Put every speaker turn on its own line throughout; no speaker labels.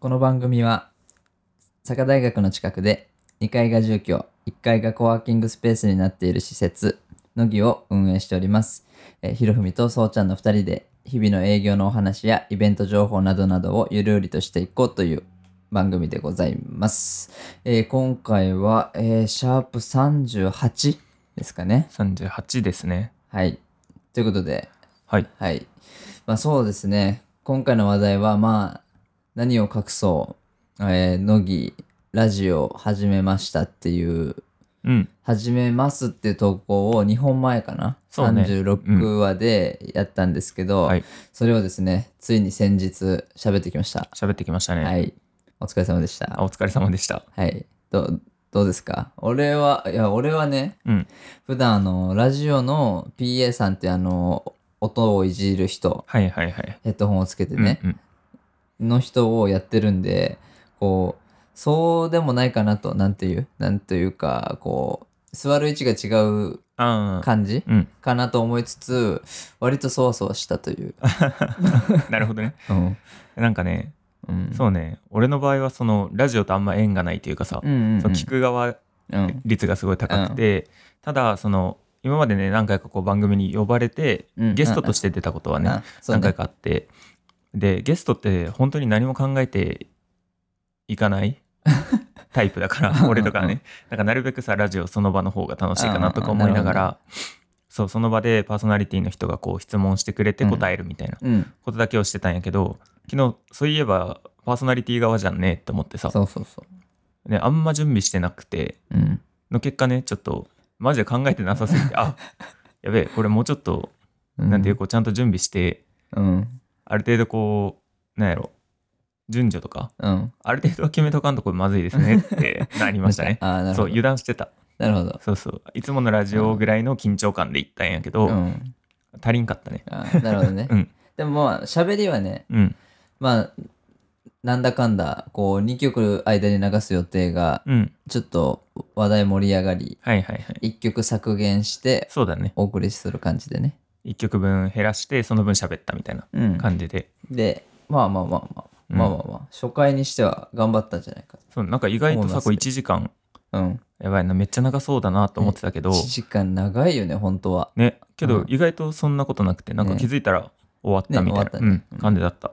この番組は、坂大学の近くで2階が住居、1階がコワーキングスペースになっている施設、のぎを運営しております。えー、ひろふみとそうちゃんの2人で、日々の営業のお話やイベント情報などなどをゆるうりとしていこうという番組でございます。えー今回は、えーシャープ38ですかね。
38ですね。
はい。ということで、
はい。
はい。まあそうですね。今回の話題は、まあ、何を隠そう、えー、乃木、ラジオ始めましたっていう、
うん。
始めますっていう投稿を2本前かな、
そうね
36話でやったんですけど、
はい
それをですね、ついに先日喋ってきました。
喋ってきましたね。
はい。お疲れ様でし
あ
た。
お疲れ様でした。
はい。どうどうですか俺は、いや、俺はね、
うん。
普段あの、ラジオの PA さんってあの、音をいじる人、
はいはいはい。
ヘッドホンをつけてね、
うんうん
の人をやってるんでこうそうでもないかなとなんていうなんというかこう座る位置が違う
ああ。
感じ
うん。
かなと思いつつ割とそわそわしたという、
なるほどね。
うん
なんかね、
うん、
そうね、俺の場合はそのラジオとあんま縁がないというかさ、
うんうんうん
その聞く側
うん
率がすごい高くて、ただその今までね何回かこう番組に呼ばれて、
うん
ゲストとして出たことはね、
あそう
何
ね
回かあって、でゲストって本当に何も考えていかない タイプだか
うんうんう
ら
ん
俺とかはねなんかなるべくさラジオその場の方が楽しいかなと
う
か
んうん
思いなが
な
らそうその場でパーソナリティの人がこう質問してくれて答えるみたいな
うん
ことだけをしてたんやけど、昨日そういえばパーソナリティ側じゃんねって思ってさ、
そうそうそ
ね、あんま準備してなくて
ううん
の結果ねちょっとマジで考えてなさすぎてあやべえこれもうちょっとなんていう
か
こうちゃんと準備して
うん
ある程度こうなんやろ順序とか
うん
ある程度は決めとかんとこれまずいですねって なりましたね
あーなる
そ
ほ
う
ど
油断してた
なるほど
そうそういつものラジオぐらいの緊張感で行ったんやけど、
うん
足りんかったね
あーなるほどね、
うん
でもまあ喋りはね
うん
まあなんだかんだこう2曲間に流す予定が
うん
ちょっと話題盛り上がり
はいはいはい
1曲削減して
そうだね
お送りする感じでね、
1曲分減らしてその分喋ったみたいな
うん
感じで、
でまあまあまあまあ、
うん
まあまあまあ初回にしては頑張ったんじゃないか
そうなんか意外とさ
そ
こ
うな
う
んです
1時間
とうん
やばいなめっちゃ長そうだなと思ってたけど、
1時間長いよね本当は
ねけ
うん
ど意外とそんなことなくてなんか
ね
気づいたら終わったみたい
ね終わった
な、
ね
うん、感じだった、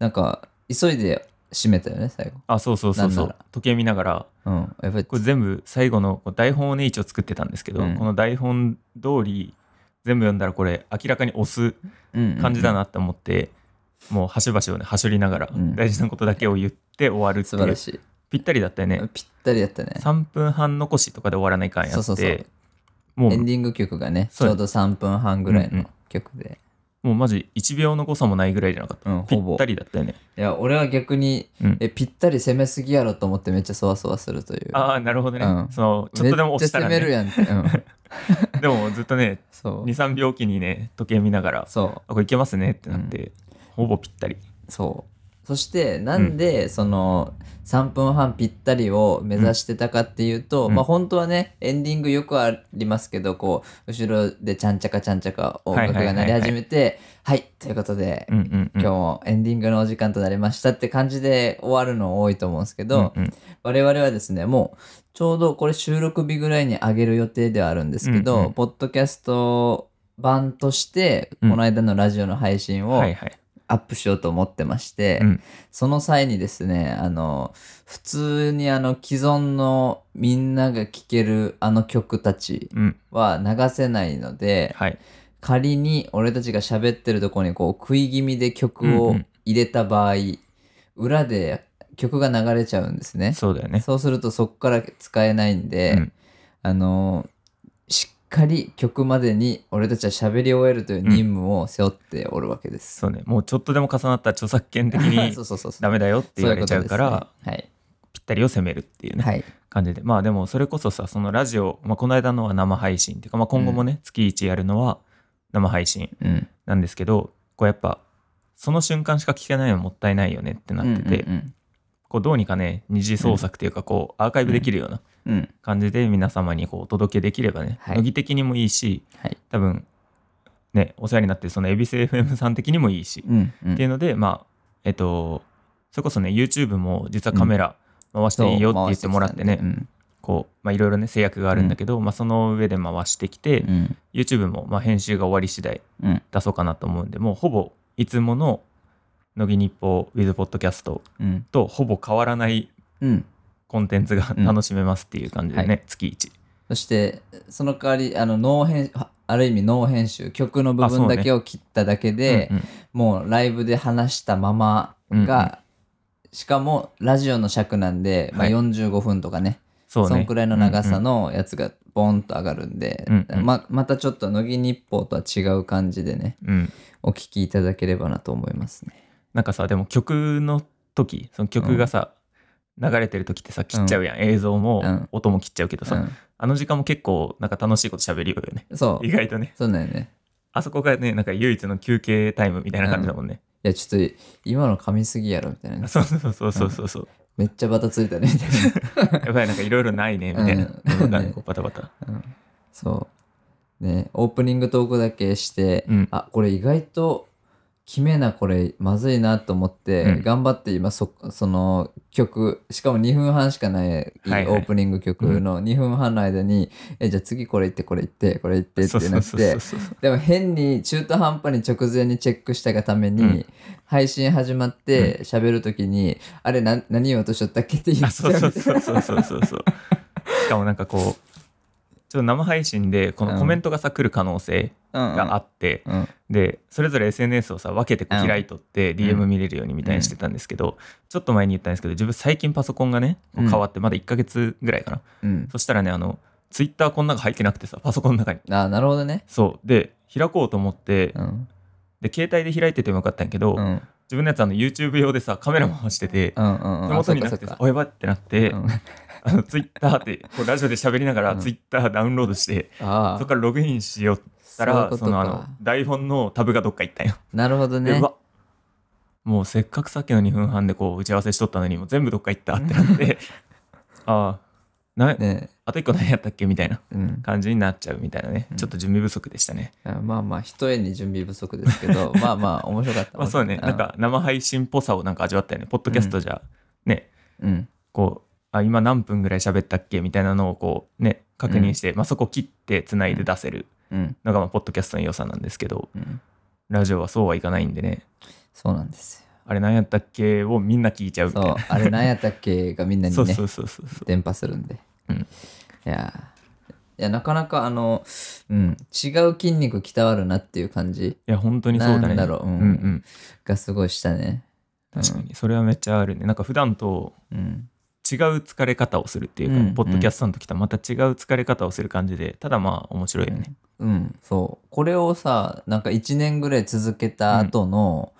なんか急いで締めたよね最後
あそうそうそうそ
なんな
う時計見ながら
うんやっぱり
これ全部最後のこう台本をね一応作ってたんですけど、
うん
この台本通り全部読んだらこれ明らかに押す感じだ
な、
なって思って、もう端々をねはしょりながら
うん
大事なことだけを言って終わるって
素
いう、
晴らしい、
ぴったりだったよね
ぴったりだったね
3分半残しとかで終わらないかんやって
そうそうそう
も
エ
う
ンディング曲がねち
そう
ょうど3分半ぐらい
うんう
の
ん
曲で、
もうマジ1秒の誤差もないぐらいじゃなかった、
うん
ぴ
ほぼ
ったりだったよね、
いや俺は逆に
うん、
えぴったり攻めすぎやろと思ってめっちゃそわそわするという
ああなるほどね、
うん
そのちょっとでも押したら、
めっちゃ攻める
ね、
やんって、う ん、
でもずっとね
そう
23秒おきにね時計見ながら
そ
あこれいけますねってなって、ほぼぴったり
うそうそしてなんでその3分半ぴったりを目指してたかっていうと、
うん
まあ本当はねエンディングよくありますけどこう後ろでちゃんちゃかちゃんちゃか音楽が鳴り始めてはいということで、
うんうんう
今
ん
日もエンディングのお時間となりましたって感じで終わるの多いと思うんですけど、
うんうん
我々はですねもうちょうどこれ収録日ぐらいに上げる予定ではあるんですけど、
うんうん
ポッドキャスト版としてこ
うん
の間のラジオの配信を
はいはい
アップしようと思ってまして、
うん
その際にですねあの普通にあの既存のみんなが聴けるあの曲たち
うん
は流せないので
はい
仮に俺たちが喋ってるとこにこう食い気味で曲
うん
を
うん
入れた場合、裏で曲が流れちゃうんですね。
そうだよね
そうするとそこから使えないんで、
うん
あのーしっかり曲までに俺たちは喋り終えるという任務を背負っておるわけです。
そうねもうちょっとでも重なったら著作権的に
そうそうそうそう。
ダメだよって
そ
言
うい
わ
う
れ
こ
ちゃ
と
う
です、ね。
から
はい。
ぴったりを攻めるっていうね、
はい。
感じでまあでもそれこそさそのラジオ、まあ、この間のは生配信っていうか、まあ、今後もね、月1やるのは生配信
うん。
なんですけどこうやっぱその瞬間しか聞けないのはもったいないよねってなってて、
うんうん
こうどうにかね二次創作というかこうアーカイブできるような
うん、うん
感じで皆様にこうお届けできればね、
はい
乃木的にもいいし
はい。
多分ねお世話になってるその恵比寿 FM さん的にもいいし、
うん、うん
っていうのでまあえっとそれこそね YouTube も実はカメラ回していいよって言ってもらってね、
うん
こうまあいろいろね制約があるんだけど、まあ、その上で回してきて、
うん、
YouTube もまあ編集が終わり次第
うん
出そうかなと思うんでもうほぼいつもの乃木日報 with ポッドキャスト
うん
とほぼ変わらない
うん
コンテンツが
うん
楽しめますっていう感じでね、
は
月1
そしてその代わりあの脳編あある意味脳編集曲の部
あそう
分
ね
だけを切っただけで、
うんうん
もうライブで話したままが、しかもラジオの尺なんで、まあ、
はい
45分とかね
そうね
そんくらいの長さのやつがボンと上がるんで、
うんうん
ままたちょっと乃木日報とは違う感じでね
うん、うん
お聞きいただければなと思いますね。
なんかさでも曲の時その曲がさ、流れてる時ってさ切っちゃうやん、映像も、
うん
音も切っちゃうけどさ、あの時間も結構なんか楽しいこと喋るよね
うん、そう
意外とね
そうだよね。
あそこがねなんか唯一の休憩タイムみたいな感じだもんね、
いやちょっと今の噛みすぎやろみたいな
そうそうそうそうそうそう
めっちゃバタついたねみたいな。
やっぱりなんかいろいろないねみたいな、
うん
なんかこうバタバタ
そう。ね、オープニングトークだけして、
うん
あこれ意外と決めなこれまずいなと思って、
うん
頑張って今そその曲しかも2分半しかない
はい
オープニング曲の2分半の間に、えじゃあ次これ行ってこれ行ってこれ行ってっ
そう
て
そ
な
う
っ
そう
て
そうそう
でも変に中途半端に直前にチェックしたがために、
うん
配信始まって喋る時に、あれな何言おうとしとったっけって言
あ
っちゃ
そうう
みた
そ
いうな
そうそうそうそうそうしかもなんかこうちょっと生配信でこのコメントがさ来る可能性
うん
があって、
うんうん
でそれぞれ SNS をさ分けてこ
う
うん開いとって
う
DM
ん
見れるようにみたいにしてたんですけど、ちょっと前に言ったんですけど自分最近パソコンがねこう
うん
変わってまだ1ヶ月ぐらいかな、
うん
そしたらねあのツイッターこん中入ってなくてさパソコンの中に
あなるほどね
そうで開こうと思って、
うん
で携帯で開いててもよかったんやけど、
うん
自分のやつあの YouTube 用でさカメラ回してて、
うんうんうん
手元になくて
あそ
さ
っか
おやばってなって、
そっか
あのツイッターってこうラジオで喋りなが
う
ら
ん
ツイッターダウンロードして、
うんああ
そこからログインしよったら
そういうこと
そ
か
のあの台本のタブがどっか行ったんよ。
なるほど
で
ね
うわもうせっかくさっきの2分半でこう打ち合わせしとったのにもう全部どっか行ったってなってああな
ね
あと1個何やったっけみたいな
うん、
感じになっちゃうみたいなね、ちょっと準備不足でしたね、
あまあまあ一重に準備不足ですけ どまあまあ面白かった
まあそうねなん、か生配信っぽさをなんか味わったよねポッドキャストじゃね
うん、
こうあ今何分ぐらい喋ったっけみたいなのをこうね確認して、まあ、そこ切ってつないで出せる
うん
のがまあポッドキャストの良さなんですけど
うん
ラジオはそうはいかないんでね
そうなんです
あれ何やったっけをみんな聞いちゃう
よ
みた
そ
いうな
あれ何やったっけがみんなに
そう
ね
そうそうそうそう
伝播するんで、
うん
いやーいやなかなかあの、うん、違う筋肉きたわるなっていう感じ
いや本当にそうだね
なんだろう
う
うんん
うん
がすごいしたね
確かにそれはめっちゃあるねなんか普段と
うん
違う疲れ方をするっていうか、
うん
ポッドキャストの時とはまた違う疲れ方をする感じでただまあ面白いよね、
うん、そう。これをさ、なんか1年ぐらい続けた後の、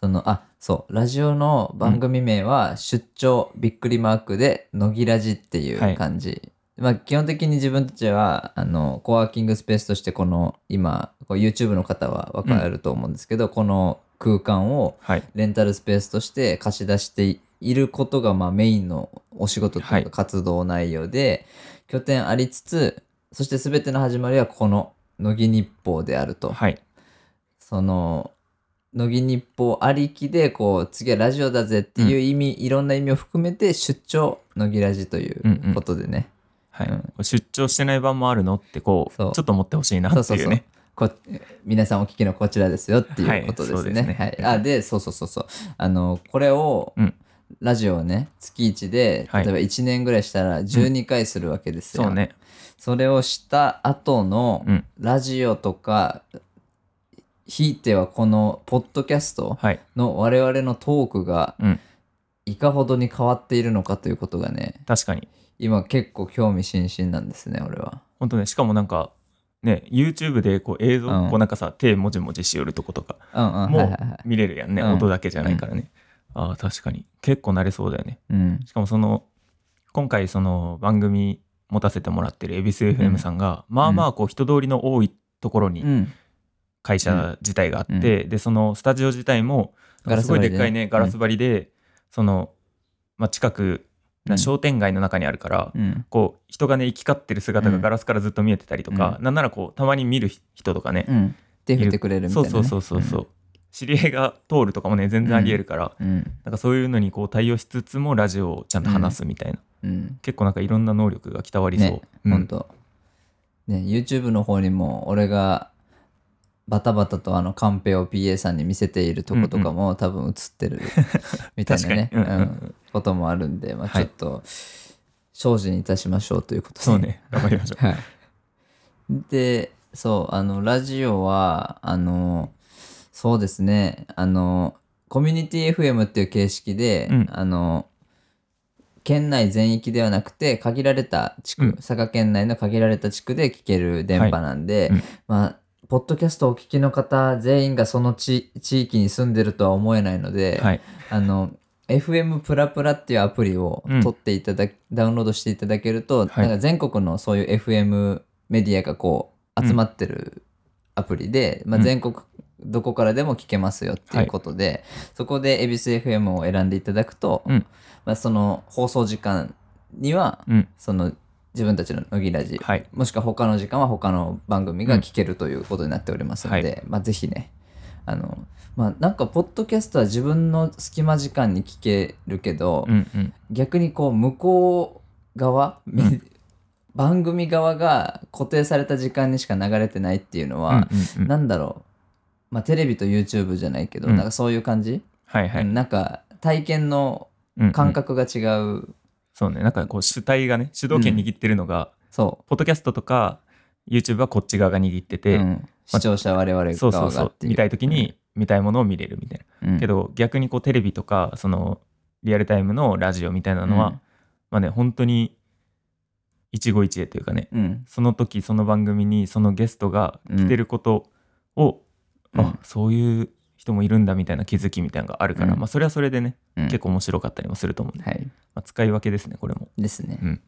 その、あ、そう、ラジオの番組名は、出張びっくりマークで、乃木ラジってい
はいう
感じ。まあ、基本的に自分たちは、あの、コワーキングスペースとして、この、今、こう YouTube の方はわかると思うんですけど、この空間を
はい
レンタルスペースとして貸し出していることが、まあ、メインのお仕事と
は
いう
い
か活動内容で、拠点ありつつ、そして全ての始まりはこの乃木日報であると。
はい
その乃木日報ありきでこう次はラジオだぜっていう意味、いろんな意味を含めて出張乃木ラジとい
んうん
うことでね、
はい、
うん
こう出張してない版もあるのってこう
そう
ちょっと思ってほしいなっていうね
そうそうそうこ皆さんお聞きのこちらですよっていうことですね。
は
はいい、
そうですね
あでそうそうそうそうあのこれを、
うん
ラジオをね月1で
は
例
い
えば1年ぐらいしたら12回するわけですよ。
そうね
それをした後の
うん
ラジオとか、ひいてはこのポッドキャスト
はい
の我々のトークが
うん
いかほどに変わっているのかということがね
確かに
今結構興味津々なんですね俺は。
本当ねしかもなんかね YouTube でこう映像、
うん
こうなんかさ手もじもじしよるとことか
うんうんはいはい
も
はい。
見れるやんね、
うん
音だけじゃないからね、ああ確かに結構慣れそうだよね
うん
しかもその今回その番組持たせてもらってる恵比寿 FM さんが、まあまあこう人通りの多いところ
う
に
ん
会社自体があって、でそのスタジオ自体もなんかすごいでっかいね
ガ
ガラ
ラ
ス
ス
張りで、その、まあ、近くな商店街の中にあるから、
うん
こう人がね行き交ってる姿が
うん
ガラスからずっと見えてたりとか、
う
なんならこうたまに見る人とかね、
うん手振ってくれるみた
そ
いうなね、
そうそうそうそう、知り合いが通るとかもね全然ありえるから、
うん
なんかそういうのにこう対応しつつもラジオをちゃんと話すみたいな、
うん
結構なんかいろんな能力がきたわりそう、
ね
うん
ほんとね YouTube の方にも俺がバタバタとあのカンペを PA さんに見せているとことかも多分映ってるみたいなね
確かにうんうんうん
うんこともあるんで、まあ、ち
は
ょ
い
っと精進いたしましょうということで
そうね頑張りましょ
はい、でそうあのラジオはあのそうですねあのコミュニティ FM っていう形式で、
うん
あの県内全域ではなくて限られた地区、
うん
佐賀県内の限られた地区で聞ける電波なんで、
はいうん
まあポッドキャストをお聞きの方全員がその地地域に住んでるとは思えないので、
うはい
あの FM プラプラっていうアプリを
うん
取っていただ、ダウンロードしていただけると、
はい
なんか全国のそういう FM メディアがこう集まってるアプリで、まあ、
うん
全国どこからでも聞けますよっていうことで、そこで恵比寿 FM を選んでいただくと、
うん
まあ、その放送時間には
うん
その自分たちの乃木ラジ、
はい
もしくは他の時間は他の番組が聞けるということになっておりますので、
は
まあぜひね、あの、まあなんかポッドキャストは自分の隙間時間に聞けるけど、
うんうん
逆にこう向こう側、め番組側が固定された時間にしか流れてないっていうのは、
うんうんうん
なんだろう、まあテレビと YouTube じゃないけど、
うん
なんかそういう感じ、
はいはい、
なんか体験の
うんうん
感覚が違う、
そうねなんかこう主体がね主導権握ってるのが、
そ
ポッドキャストとか YouTube はこっち側が握って
う、
て、
うん視聴者我々
そうそ
側
う
が
そ
っ
う
ていう。
見たい時に見たいものを見れるみたいな、
うん、
けど逆にこうテレビとかそのリアルタイムのラジオみたいなのは、
うん
まあね本当に一期一会というかね
うん、
その時その番組にそのゲストが来てることを、
うんうん
あそういう人もいるんだみたいな気づきみたいなのがあるから、
うん
まあそれはそれでね、
うん
結構面白かったりもすると思うんで、
はい、
まあ、使い分けですねこれも。
ですね、
うん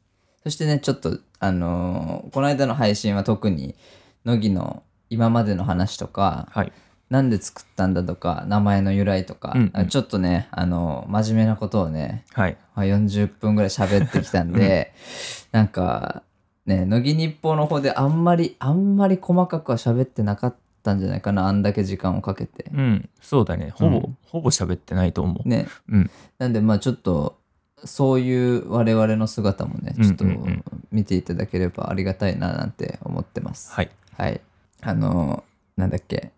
そしてねちょっとあのーこの間の配信は特に乃木の今までの話とか
はい、
なんで作ったんだとか名前の由来とか、
うんうん
ちょっとねあのー真面目なことをね
はい、
まあ40分ぐらい喋ってきたんで、 なんかね乃木日報の方であんまりあんまり細かくは喋ってなかったんじゃないかなあんだけ時間をかけて。
うん、そうだねほぼ、
うん
ほぼ喋ってないと思う。
ね、
うん
なんでまあちょっとそういう我々の姿もねちょっと
うんうんうん
見ていただければありがたいななんて思ってます。
はい、
はい、あのなんだっけ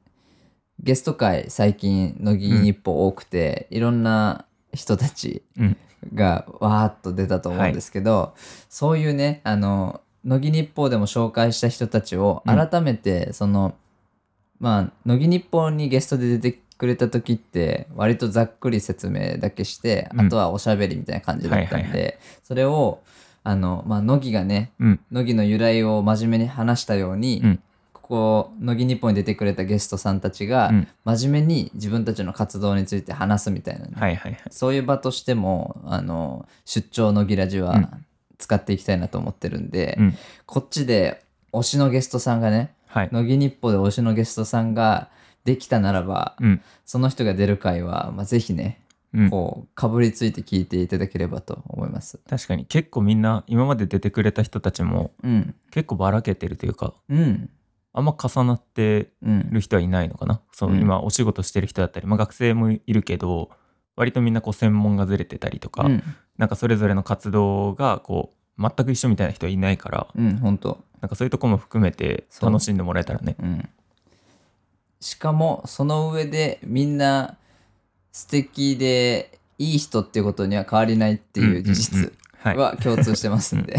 ゲスト会最近乃木日報多くて、いろんな人たち
うん
がわーっと出たと思うんですけど、そういうねあの乃木日報でも紹介した人たちを
うん
改めてその、まあ乃木日報にゲストで出てくれた時って割とざっくり説明だけして、
うん
あとはおしゃべりみたいな感じだったんで、
はいはい
それをあの、まあ、乃木がね
うん、
乃木の由来を真面目に話したように、
うん
ここ乃木日報に出てくれたゲストさんたちが、
うん
真面目に自分たちの活動について話すみたいなね、
はいはいはい。
そういう場としてもあの出張乃木ラジ
う
は
ん
使っていきたいなと思ってるんで、
うん
こっちで推しのゲストさんがね
はい。
乃木日報で推しのゲストさんができたならば、
うん。
その人が出る回は、まあ、ぜひね
うん、
こうかぶりついて聞いていただければと思います。
確かに結構みんな今まで出てくれた人たちも
うん、
結構ばらけてるというか
うん、
あんま重なって
うん
る人はいないのかなそう、
うん
今お仕事してる人だったり、まあ、学生もいるけど割とみんなこう専門がずれてたりとか、
うん、
なんかそれぞれの活動がこう全く一緒みたいな人はいないから
うん、本当。
なんかそういうとこも含めて
そう
楽しんでもらえたらね
うん。しかも、その上で、みんな、素敵で、いい人っていうことには変わりないっていう事
うんうん
実
はい、
は共通してますんで、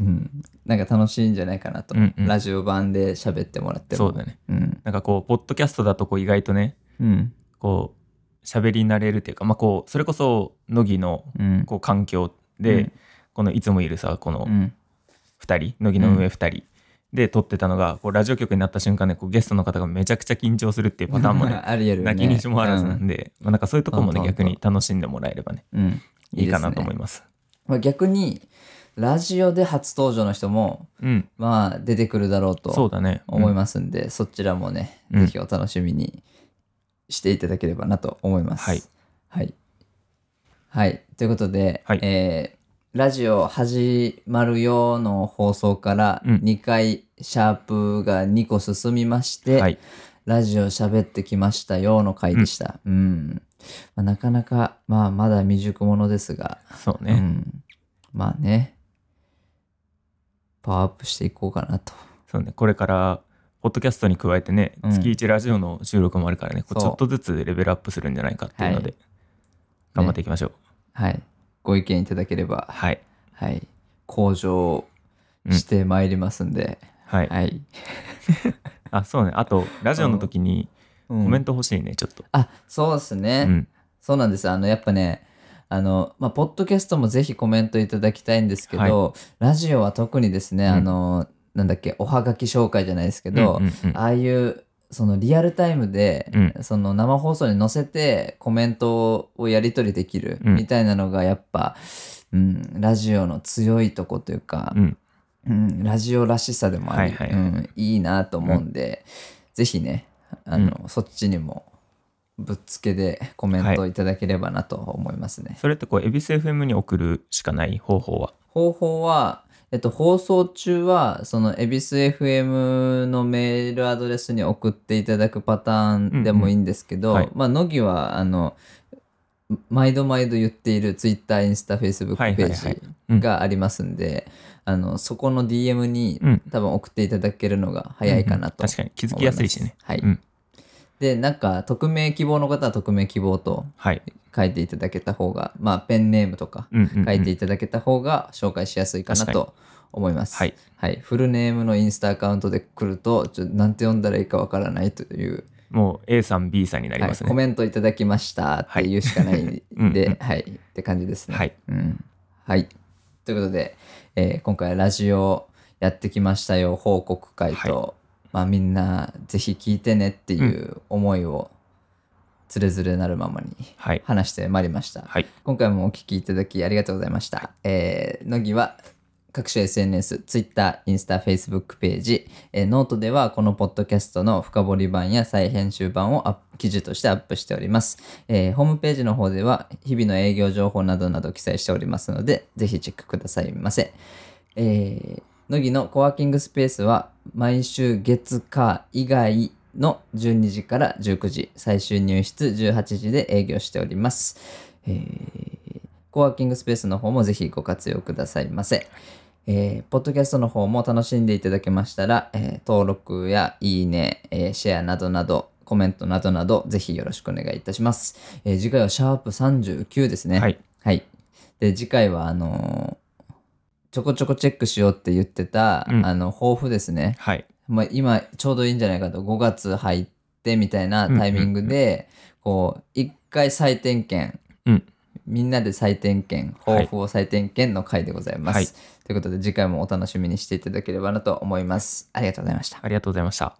うん。なんか楽しいんじゃないかなと。
うんうん
ラジオ版で喋ってもらって
そ
も。
うだね
うん。
なんかこうポッドキャストだとこう意外とね
うん。
こう喋り慣れるというか、まあ、こうそれこそ乃木の
うん。
こう環境で、
うん
このいつもいるさこの、
うん。
2人乃木の上2人、で撮ってたのがこうラジオ局になった瞬間でこうゲストの方がめちゃくちゃ緊張するっていうパターンもね
ありえるよね。
泣きにしもあらずなんで、まあ、なんかそういうとこもね
ほんとほんと
逆に楽しんでもらえればね
うん。うん
いいかな
です
と
ね
思います
まあ逆に、ラジオで初登場の人も、
うん
まあ、出てくるだろうと。
そうだね
思い
す、
ますんで、そちらもね、
う
ぜ
ん
ひお楽しみにしていただければなと思います。
はい。
はい。はいということで、
はい
えーラジオ始まるよの放送から
うん
2回、シャープが2個進みまして、
はい
ラジオ喋ってきましたよの回でした。うん。まあ、なかなか、まあ、まだ未熟者ですが、
そう
う
ね、
ん。まあね、パワーアップしていこうかなと。
そうねこれからポッドキャストに加えてね、
うん
月1ラジオの収録もあるからねこうち
そう
ょっとずつレベルアップするんじゃないかっていうので、
はい
頑張っていきましょう、
はい。ご意見いただければ、
はい、
はい。向上してまいりますんで、
はい
はい。
あそうねあとラジオの時に
コ
コメント欲しいねちょっと、
あ、そうですね。
うん
そうなんです。あの、やっぱね、あの、まあ、ポッドキャストもぜひコメントいただきたいんですけど、ラジオは特にですね、
うん
あの、なんだっけ、おはがき紹介じゃないですけど、
うんうんうん
ああいう、そのリアルタイムで、
う
その生放送に載せてコメントをやり取りできる
うん
みたいなのがやっぱ、うん、ラジオの強いとこというか、
うん
うんラジオらしさでもあり、
はいは
う
い
ん、いいなと思うんで、ぜひねあの、そっちにもぶっつけでコメントをいただければなと思いますね。
それってこう恵比寿 FM に送るしかない方法は
方法は、えっと、放送中はその恵比寿 FM のメールアドレスに送っていただくパターンでもいいんですけど、
うんうんはい
まあ乃木はあの毎度毎度言っている Twitter インスタ Facebook
はい
ペ
はいはい
ージがありますんで、あのそこの DM に
うん
多分送っていただけるのが早いかなと、
確かに気づきやすいしね
はい、
うん
でなんか匿名希望の方は匿名希望と
はい、
書いていただけた方がまあペンネームとか
うんうんうん
書いていただけた方が紹介しやすいかな
確かに
と思います。
はい、
フルネームのインスタアカウントで来ると、ちょなんて読んだらいいかわからないという、
もう A さん B さんになり
は
ま
い、
すね、
コメントいただきましたっていうしかないんで、
うんうん
はい、って感じですね。
はい
うんはい、ということで、えー今回はラジオやってきましたよ報告会と、まあ、みんなぜひ聞いてねっていう思いをつれづれなるままに
はい
話してまいりました。
はい
今回もお聞きいただきありがとうございました。えー、乃木は各種 SNS、Twitter、インスタ、Facebook ページ、えーノートではこのポッドキャストの深掘り版や再編集版をアップ記事としてアップしております、えーホームページの方では日々の営業情報などなど記載しておりますので、ぜひチェックくださいませ。えー、乃木のコワーキングスペースは毎週月火以外の12時から19時、最終入室18時で営業しております。えーコワーキングスペースの方もぜひご活用くださいませ。えーポッドキャストの方も楽しんでいただけましたら、えー登録やいいね、えーシェアなどなど、コメントなどなど、ぜひよろしくお願いいたします。えー次回はシャープ39ですね。
はい。
で、次回は、あのーちょこちょこチェックしようって言ってた、
うん
あの、抱負ですね。
はい
まあ、今、ちょうどいいんじゃないかと、5月入ってみたいなタイミングで、こう、一回再点検、
うん
みんなで再点検、
はい
抱負を再点検の回でございます。
はい
ということで、次回もお楽しみにしていただければなと思います。ありがとうございました。
ありがとうございました